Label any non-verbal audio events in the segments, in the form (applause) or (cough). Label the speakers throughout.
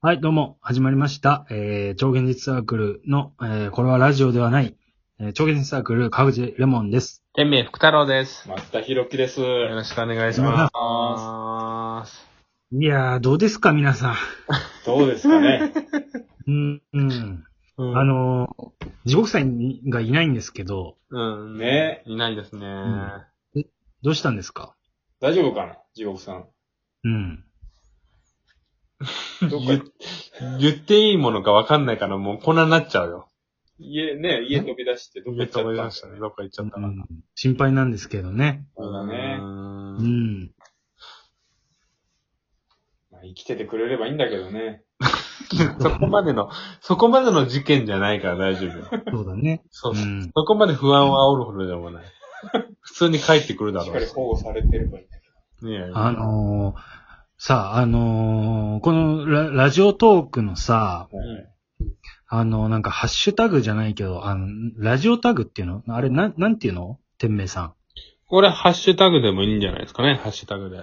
Speaker 1: はい、どうも、始まりました。えー、超現実サークルの、えー、これはラジオではない、えー、超現実サークル、川口レモンです。
Speaker 2: 天命福太郎です。
Speaker 3: 松田博樹です。
Speaker 2: よろしくお願いします。
Speaker 1: いやー、どうですか、皆さ
Speaker 3: どうですかね (laughs)
Speaker 1: ん。うん、うん。
Speaker 2: うん
Speaker 1: あ、のー、地獄さんがいないんですけど、
Speaker 2: うん。
Speaker 3: ね
Speaker 2: いないですね。
Speaker 1: んどうしたんですか
Speaker 3: 大丈夫かな地獄さ
Speaker 2: (laughs)
Speaker 3: ん。
Speaker 1: うん。
Speaker 3: どっか
Speaker 2: 言っ、言っていいものかわかんないから、もうこんなになっちゃうよ。
Speaker 3: 家、ね、家飛び出してどっか
Speaker 2: めっ
Speaker 3: 行っ
Speaker 2: ち
Speaker 3: ち
Speaker 2: ゃ
Speaker 3: ゃっ
Speaker 2: 思い
Speaker 3: た
Speaker 2: ま
Speaker 3: んだ
Speaker 2: したね。
Speaker 3: ね。
Speaker 2: どっか行っちゃったな。
Speaker 1: 心配なんですけどね。
Speaker 3: そうだね
Speaker 2: う。。
Speaker 1: うんん。
Speaker 3: まあ、生きててくれればいいんだけどね。
Speaker 2: そこまでの、そこまでの事件じゃないから大丈夫よ。
Speaker 1: そうだね。
Speaker 2: そう
Speaker 1: う
Speaker 2: そう。
Speaker 1: ん。
Speaker 2: そこまで不安を煽るほどでもない。普通に帰ってくるだ
Speaker 3: しっか
Speaker 2: ろう
Speaker 3: り
Speaker 2: し。
Speaker 3: 保護されてればいいんだけ
Speaker 2: ねえ
Speaker 1: あのー、さあ、あのー、このララジオトークのさ、
Speaker 3: ど。
Speaker 2: うん
Speaker 1: あの、なんか、ハッシュタグじゃないけど、あの、ラジオタグっていうのあれ、なん、なんていうの天明さん。
Speaker 2: これハッシュタグでもいいんじゃないですかね、ハッシュタグで。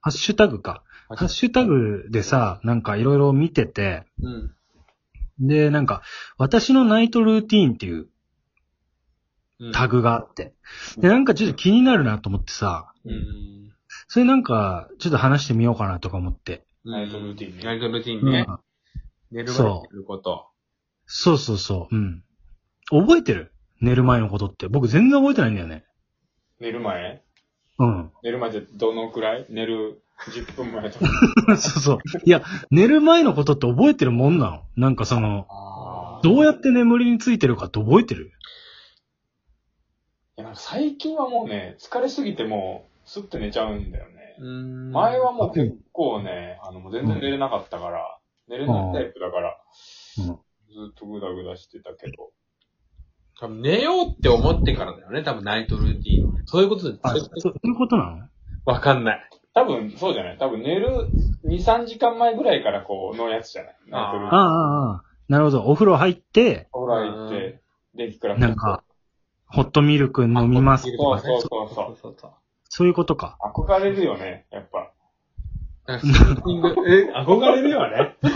Speaker 1: ハッシュタグか。ハッシュタグでさ、なんかいろいろ見てて、
Speaker 2: うん。
Speaker 1: で、なんか、私のナイトルーティーンっていう
Speaker 2: うん
Speaker 1: タグがあって、で、なんかちょっと気になるなと思ってさ、
Speaker 2: う。ん。
Speaker 1: それなんか、ちょっと話してみようかなとか思って。
Speaker 3: ナイトルーティンね
Speaker 2: ナイトルーティンね
Speaker 1: う。ん
Speaker 2: 寝る前にすること。
Speaker 1: そうそうそう、うん。覚えてる寝る前のことって。僕全然覚えてないんだよね。
Speaker 3: 寝る前
Speaker 1: (laughs) うん。
Speaker 3: 寝る前ってどのくらい寝る10分前と
Speaker 2: (laughs)
Speaker 3: か。
Speaker 1: そうそう。いや、寝る前のことって覚えてるもんなのなんかその、
Speaker 3: あ
Speaker 1: どうやって眠りについてるかって覚えてる
Speaker 3: いやなんか最近はもうね、疲れすぎてもう、すって寝ちゃうんだよね。
Speaker 2: うん
Speaker 3: 前はもう結構ね、あの、もう全然寝れなかったから、寝れないタイプだから、
Speaker 1: うん。
Speaker 3: ずっとグダグダしてたけど。
Speaker 2: 多分寝ようって思ってからだよね、多分ナイトルーティーンは。そういうことで、
Speaker 1: あ、そそういうことなの
Speaker 2: わかんない。
Speaker 3: 多分、そうじゃない多分寝る2、3時間前ぐらいからこう、のやつじゃない
Speaker 2: あー
Speaker 3: なん
Speaker 1: あ
Speaker 3: か
Speaker 1: あ、ああ、なるほど。お風呂入って、
Speaker 3: お風呂入って、電気暗く
Speaker 1: なんか、ホットミルク飲みますと
Speaker 3: そ
Speaker 1: か
Speaker 3: う
Speaker 1: ね、
Speaker 3: そうそうそう。
Speaker 2: そうそう。
Speaker 1: そういうことか。
Speaker 3: 憧れるよね、やっぱ。 (laughs)
Speaker 2: なんかスリーピング、え、 (laughs) 憧れるよね。あ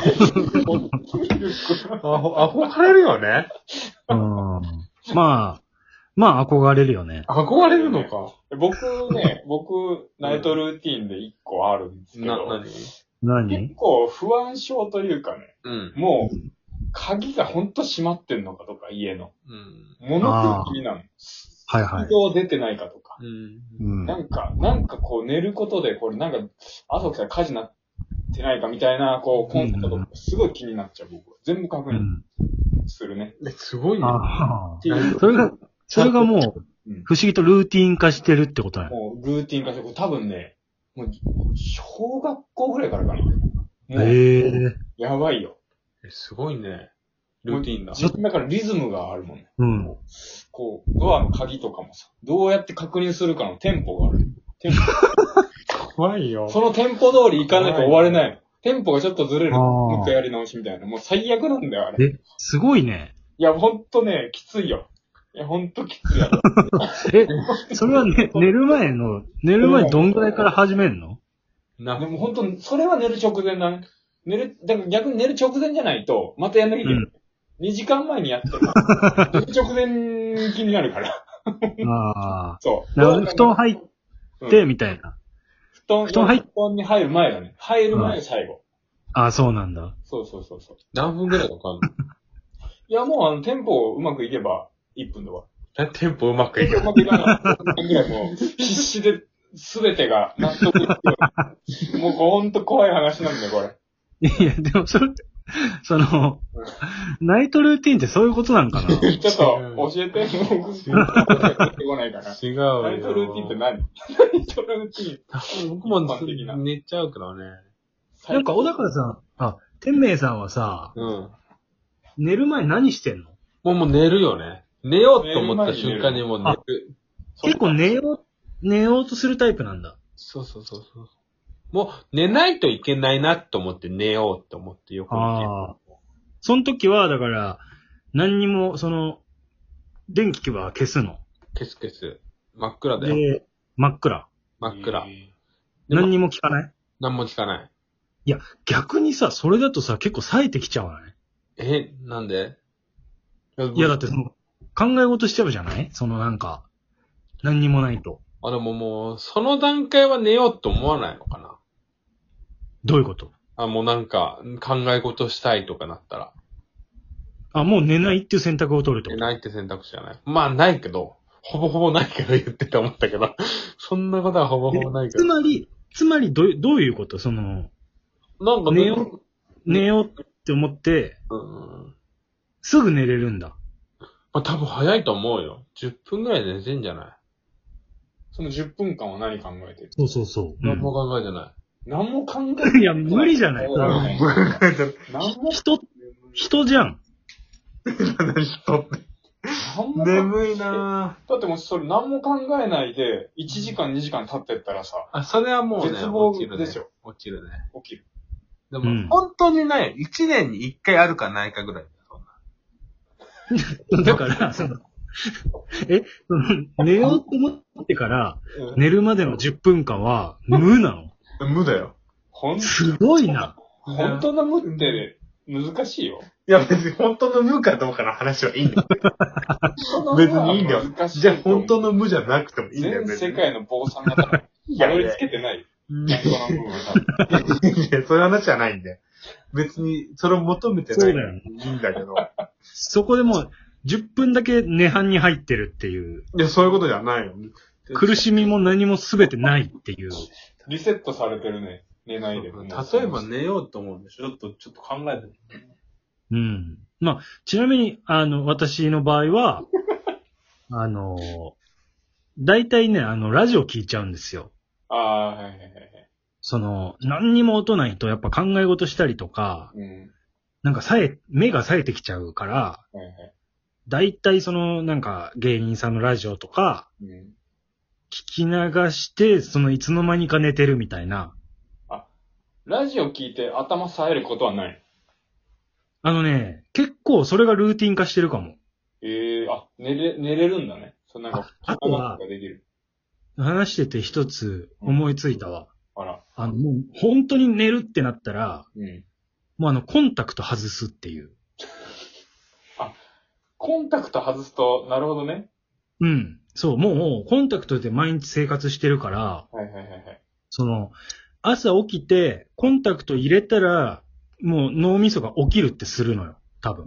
Speaker 2: ほ憧れるよね。
Speaker 1: うん。まあ、まあ憧れるよね。
Speaker 2: 憧れるのか。
Speaker 3: 僕ね、僕、ナイトルーティンで1個あるんですけど、結
Speaker 1: 何
Speaker 3: 構不安症というかね、
Speaker 2: うん。
Speaker 3: もう、鍵がほんと閉まってんのかとか、家の。
Speaker 2: うん。
Speaker 3: ものすごい気になるの。
Speaker 1: はいは
Speaker 3: 水
Speaker 1: い。
Speaker 3: 道出てないかとか。
Speaker 2: うん。
Speaker 1: うん。
Speaker 3: なんか、なんかこう寝ることで、これなんか、朝起きたら火事になってないかみたいな、こう、コンセプトとか、すごい気になっちゃう、僕は。全部確
Speaker 1: う
Speaker 3: 認
Speaker 1: ん。
Speaker 3: するね。
Speaker 2: え、すごいね。
Speaker 1: ああ。
Speaker 3: っていう
Speaker 1: それが、それがもう、不思議とルーティン化してるってことなの。
Speaker 3: もう、ルーティン化して、これ多分ね、もう、小学校ぐらいからかな。もう、
Speaker 1: ええ
Speaker 3: やばいよ。
Speaker 2: えすごいね。ルーティーンだ。
Speaker 3: 自分だからリズムがあるもんね。
Speaker 1: うん。
Speaker 3: こう、ドアの鍵とかもさ、どうやって確認するかのテンポがある。テン
Speaker 2: 怖いよ
Speaker 1: (laughs)
Speaker 3: ポそのテンポ通り行かないと終われないの。テンポがちょっとずれる。
Speaker 1: あー
Speaker 3: もう一回やり直しみたいな。もう最悪なんだよ、あれ。
Speaker 1: え、すごいね。
Speaker 3: いや、ほんとね、きついよ。いや、ほんときつ
Speaker 1: (laughs)
Speaker 3: いやろ。
Speaker 1: え、それは、 (laughs) ね、寝る前の、寝る前どんぐらいから始めるの
Speaker 2: な
Speaker 3: で、もほんと、それは寝る直前だね。寝る、だから逆に寝る直前じゃないと、またやんなきゃいけない。2時間前にやっても、
Speaker 1: (laughs)
Speaker 3: 寝る直前気になるから。
Speaker 1: あ
Speaker 3: そう。
Speaker 1: あ。なるほど布団入って、みたいな。
Speaker 3: 布団、
Speaker 1: 布団入っ
Speaker 3: 布団に入る前だね。入る前が最後。
Speaker 1: ああ、そうなんだ。
Speaker 3: そうそうそうそう。
Speaker 2: 何分ぐらいかかんの
Speaker 3: いや、もうあの、テンポをうまくいけば、1分で終わ
Speaker 2: えテンポうまくい (laughs)
Speaker 3: る。
Speaker 2: く
Speaker 3: う。まくいかない。ぐらいもう、 (laughs) 必死で、すべてが納得いく
Speaker 1: (laughs)
Speaker 3: よ。もうほんと怖い話なんだよ、これ。
Speaker 1: いや、でもそれ、その、ナイトルーティンってそういうことなんかな
Speaker 3: ちょっと、教えて、僕、出てこないかな。
Speaker 2: 違うよ。
Speaker 3: ナイトルーティンって何ナイトルーティン。
Speaker 2: 僕も
Speaker 3: 一般的な
Speaker 2: 寝ちゃうからね。
Speaker 1: なんか、小高さん、あ、天明さんはさ、
Speaker 2: うん。
Speaker 1: 寝る前何してんの
Speaker 2: もうもう寝るよね。寝ようと思った瞬間にもう寝る。
Speaker 1: 結構寝よう、寝ようとするタイプなんだ。
Speaker 2: そうそうそうそう。もう寝ないといけないなと思って寝ようと思って横に
Speaker 1: ああ。その時は、だから、何にも、その、電気は消すの。
Speaker 2: 消す消す。真っ暗だよ。
Speaker 1: で、真っ暗。
Speaker 2: 真っ暗。
Speaker 3: えー
Speaker 2: でも
Speaker 1: 何にも聞かない
Speaker 2: 何も聞かない。
Speaker 1: 逆にさ、それだとさ、結構冴えてきちゃうわね。
Speaker 2: え、なんで
Speaker 1: いや、だってその、考え事しちゃうじゃないそのなんか、何にもないと。
Speaker 2: あ、でももう、その段階は寝ようと思わないのかな
Speaker 1: どういうこと
Speaker 2: あ、もうなんか、考え事したいとかなったら。
Speaker 1: あ、もう寝ないっていう選択を取るって
Speaker 2: 寝
Speaker 1: こ
Speaker 2: ないって選択肢じゃない。まあ、ないけど、ほぼほぼないから言ってて思ったけど、 (laughs) そんなことはほぼほぼないけ
Speaker 1: と。つ
Speaker 2: ど。
Speaker 1: まり、つまりどう、どういうことその、
Speaker 2: なんか
Speaker 1: 寝よう寝ようって思って、
Speaker 2: う。うん。
Speaker 1: すぐ寝れるんだ。
Speaker 2: まあ、多分早いと思うよ。10分ぐらいで寝てんじゃない
Speaker 3: その10分間は何考えてる
Speaker 1: そうそうそう。う
Speaker 2: 何も
Speaker 1: ん
Speaker 2: 考えてな
Speaker 3: 何も考えて
Speaker 1: いや無理じゃない
Speaker 3: そうだね
Speaker 2: い。考
Speaker 3: 何も、
Speaker 1: 人、人じゃん。 (laughs)
Speaker 3: 何も考え
Speaker 2: いな
Speaker 3: だってもしそれ何も考えないで、1時間2時間経ってったらさ、
Speaker 2: あ、それはもうね、
Speaker 3: 絶望
Speaker 2: 落ちるね
Speaker 3: でしょ。
Speaker 2: 落ちるね。
Speaker 3: 起きる。
Speaker 2: で
Speaker 1: うん
Speaker 2: も、本当にない。一年に一回あるかないかぐらい。
Speaker 1: だから、その、え、その寝ようと思ってから、
Speaker 3: うん
Speaker 1: 寝るまでの10分間は、無なの。
Speaker 2: 無だよ。
Speaker 3: ほん、
Speaker 1: すごいな。
Speaker 3: 本当の無って難しいよ。
Speaker 2: いや、別に本当の無かどうかの話はいいんだよ。 (laughs) 別にいいんだよ
Speaker 3: 難しい
Speaker 2: じゃあ本当の無じゃなくてもいいんだよ、
Speaker 3: 全
Speaker 2: 別
Speaker 3: 世
Speaker 2: に。
Speaker 3: 界の坊さん方が
Speaker 2: い
Speaker 3: た
Speaker 2: や
Speaker 3: ど
Speaker 2: い
Speaker 3: り
Speaker 2: や
Speaker 3: 着け
Speaker 2: (laughs)
Speaker 3: てない。
Speaker 2: いや
Speaker 3: 本当の無は多分
Speaker 2: いやそういう話じゃないんで。別に、それを求めて
Speaker 1: そ
Speaker 2: な
Speaker 1: う
Speaker 2: い
Speaker 1: だよね。
Speaker 2: いいんだけど。
Speaker 1: そこでもう、10分だけ寝飯に入ってるっていう、
Speaker 2: いや、そういうことじゃないよ。
Speaker 1: 苦しみも何も全てないっていう。
Speaker 3: リセットされてるね。寝ないで。
Speaker 2: 例えば寝ようと思うんでしょちょっと、ちょっと考えて。
Speaker 1: うん。まあ、ちなみに、あの、私の場合
Speaker 3: (laughs)
Speaker 1: は、あの、大体ね、あの、ラジオ聞いちゃうんですよ。
Speaker 3: ああ、はいはいはいはい。
Speaker 1: その、何にも音ないと、やっぱ考え事したりとか、
Speaker 3: うん。
Speaker 1: なんかさえ、目が冴えてきちゃうから、
Speaker 3: はいはい。
Speaker 1: 大体その、なんか、芸人さんのラジオとか、
Speaker 3: うん。
Speaker 1: 聞き流して、その、いつの間にか寝てるみたいな。
Speaker 3: ラジオ聞いて頭冴えることはない。
Speaker 1: あのね、結構それがルーティン化してるかも。
Speaker 3: ええあ、寝れ、寝れるんだね。そんなんか、
Speaker 1: ああとは
Speaker 3: 頭ができる。
Speaker 1: 話してて一つ思いついたわ。
Speaker 3: あら。
Speaker 1: あの、もう、本当に寝るってなったら、
Speaker 3: うん。
Speaker 1: もうあの、コンタクト外すっていう。
Speaker 3: コンタクト外すと、なるほどね。
Speaker 1: うん。そう、もう、コンタクトで毎日生活してるから、
Speaker 3: はいはいはいはい。
Speaker 1: その、朝起きて、コンタクト入れたら、もう脳みそが起きるってするのよ。多分。
Speaker 3: へ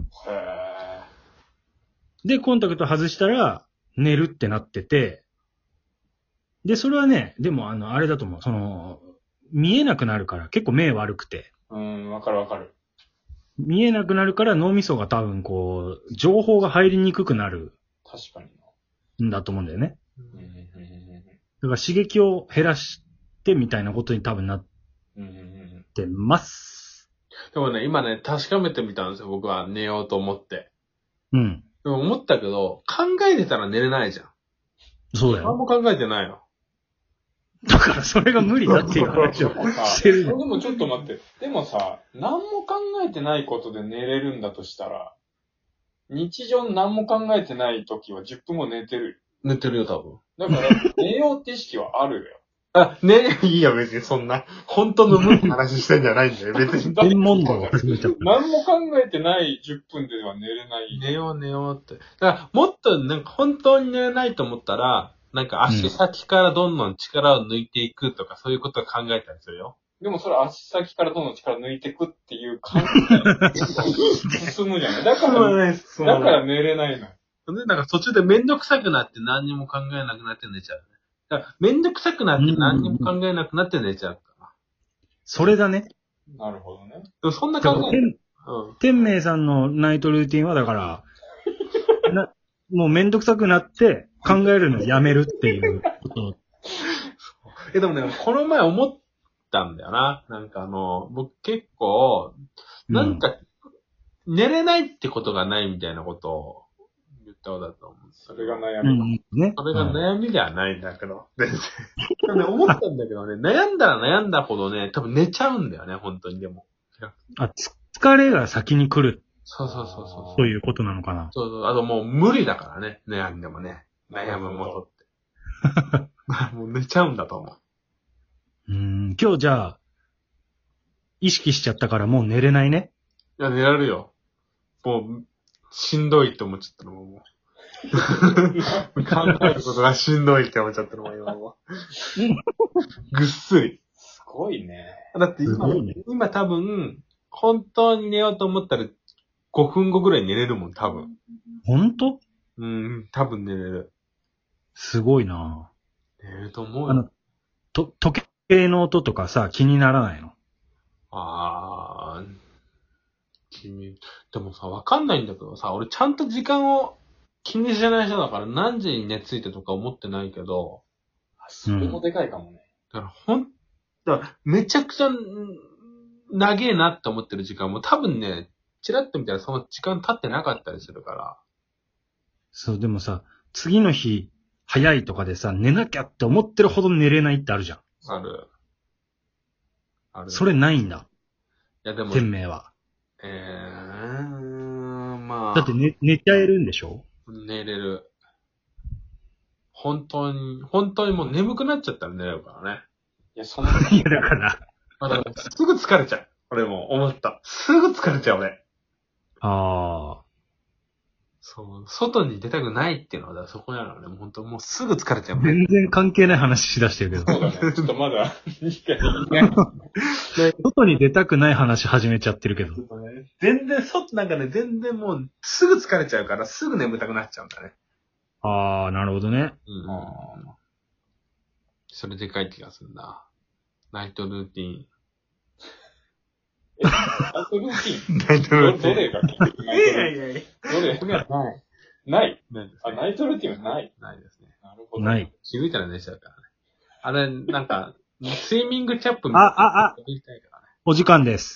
Speaker 1: で、コンタクト外したら、寝るってなってて、で、それはね、でもあの、あれだと思う。その、見えなくなるから、結構目悪くて。
Speaker 3: え。うん、わかるわかる。
Speaker 1: 見えなくなるから脳みそが多分こう、情報が入りにくくなる
Speaker 3: 確かにな。
Speaker 1: んだと思うんだよね。
Speaker 3: うん、う
Speaker 1: だから刺激を減らしてみたいなことに多分なっ
Speaker 3: ん、うん、うんうんうん。
Speaker 1: てます。
Speaker 2: でもね、今ね、確かめてみたんですよ、僕は。寝ようと思って。
Speaker 1: うん。
Speaker 2: でも思ったけど、考えてたら寝れないじゃん。
Speaker 1: そうだ
Speaker 2: 何
Speaker 1: よ。
Speaker 2: も考えてないよ。
Speaker 1: (laughs) だからそれが無理だっていう話をしてる
Speaker 3: で
Speaker 1: の。
Speaker 3: もちょっと待って。でもさ、何も考えてないことで寝れるんだとしたら、日常何も考えてない時は10分後寝てる
Speaker 2: 寝てるよ、多分。
Speaker 3: よ。だ
Speaker 1: (laughs)
Speaker 3: から、寝ようって意識はあるよ。
Speaker 2: あ、ね、いいよ、別にそんな。本当の無の話してんじゃないんだよ、別に。
Speaker 1: 天文道を始めちゃった。
Speaker 3: 何も考えてない10分では寝れな
Speaker 2: (laughs)
Speaker 3: い。
Speaker 2: 寝よう寝ようって。だから、もっとなんか本当に寝れないと思ったら、なんか足先からどんどん力を抜いていくとか、そういうことを考えたりするよ。
Speaker 3: でもそれ足先からどんどん力抜いてくっていう感
Speaker 1: (laughs)
Speaker 3: じで進むじゃない。だから、
Speaker 2: ね、そ
Speaker 3: だから寝れないのよ。
Speaker 2: で、なんか途中でめんどくさくなって何にも考えなくなって寝ちゃうね。だから、めんどくさくなって何にも考えなくなって寝ちゃうから。
Speaker 1: それだね。
Speaker 3: なるほどね。
Speaker 2: でもそんな
Speaker 1: だか
Speaker 2: 考
Speaker 1: ら
Speaker 2: え、
Speaker 1: 天
Speaker 2: うん。
Speaker 1: 天明さんのナイトルーティンはだから、なもうめんどくさくなって考えるのやめるっていうこと。
Speaker 2: え、でもね、この前思ったんだよな。なんかあの、僕結構、
Speaker 1: う
Speaker 2: (laughs) なん、か、寝れないってことがないみたいなことを言ったことだと思うんです
Speaker 3: それが悩
Speaker 1: う
Speaker 3: み。
Speaker 1: ん。ね。
Speaker 2: それが
Speaker 1: うん
Speaker 2: 悩みではないんだけど、全然。でもね、思ったんだけどね、悩んだら悩んだほどね、多分寝ちゃうんだよね、本当にでも。
Speaker 1: あ、つ疲れが先に来る
Speaker 2: そうそうそうそう。
Speaker 1: ということなのかな。
Speaker 2: そうそう。あともう無理だからね、悩んでもね。悩むもと
Speaker 1: (laughs)
Speaker 2: って。もう寝ちゃうんだと思う。
Speaker 1: うん。今日じゃあ、意識しちゃったからもう寝れないね。
Speaker 2: いや、寝られるよ。もう、しんどいって思っちゃったのも
Speaker 1: (laughs)
Speaker 2: う。考えることがしんどいって思っちゃったのも今もう。ぐっすり。
Speaker 3: すごいね。
Speaker 2: だって今、
Speaker 1: すごいね
Speaker 2: 今多分、本当に寝ようと思ったら5分後ぐらいに寝れるもん、多分。
Speaker 1: ほんと
Speaker 2: うん、多分寝れる。
Speaker 1: すごいな
Speaker 2: 寝れると思う
Speaker 1: あ
Speaker 2: よ
Speaker 1: の。と、時計の音とかさ、気にならないの
Speaker 2: あー、君、でもさ、わかんないんだけどさ、俺ちゃんと時間を気にしてない人だから何時に寝ついてとか思ってないけど、
Speaker 3: あそれもでかいかもね。
Speaker 2: だからほん、だからめちゃくちゃ、ん長えなって思ってる時間も多分ね、チラッと見たらその時間経ってなかったりするから。
Speaker 1: そう、でもさ、次の日、早いとかでさ、寝なきゃって思ってるほど寝れないってあるじゃん。
Speaker 2: ある。ある。
Speaker 1: そ
Speaker 2: れ、
Speaker 1: れないんだ、
Speaker 2: いやでも、
Speaker 1: 天命は。
Speaker 2: えー、まあ、
Speaker 1: だって寝、寝ちゃえるんでしょ (laughs)
Speaker 2: 寝れる。本当に、本当にもう眠くなっちゃったら寝れるからね。
Speaker 3: いや、そんな、
Speaker 1: いや、だから。
Speaker 2: まあだからすぐ疲れちゃう。俺も思った。すぐ疲れちゃう俺。
Speaker 1: ああ。
Speaker 2: そう、外に出たくないっていうのは、だからそこなのね。もう本当、もうすぐ疲れちゃう。
Speaker 1: 全然関係ない話しだしてるけ
Speaker 3: そう
Speaker 1: ど。
Speaker 3: だね。ちょっとまだ、理解できない。
Speaker 1: 外に出たくない話始めちゃってるけど。
Speaker 2: 全然、外なんかね、全然もう、すぐ疲れちゃうから、すぐ眠たくなっちゃうんだね。
Speaker 1: ああ、なるほどね。
Speaker 2: うん。
Speaker 3: あ
Speaker 2: それでかい気がするな。ナイトルーティン。
Speaker 3: ナイトルーティ
Speaker 2: ナイト
Speaker 3: ンどどれが結局ナイトルーテ
Speaker 2: やいや。
Speaker 3: ィンどれ
Speaker 2: 僕はない。
Speaker 3: ない。
Speaker 2: ないです
Speaker 3: あ、
Speaker 2: ね。
Speaker 3: ナイトルーティンはない。
Speaker 2: ないですね。
Speaker 3: なるほど。
Speaker 1: ない。。
Speaker 2: 気づいたら寝ちゃうから (laughs) ね。あれ、なんか、スイミングキャップみ
Speaker 1: あああ
Speaker 2: 言いたいからね。
Speaker 1: お時間です。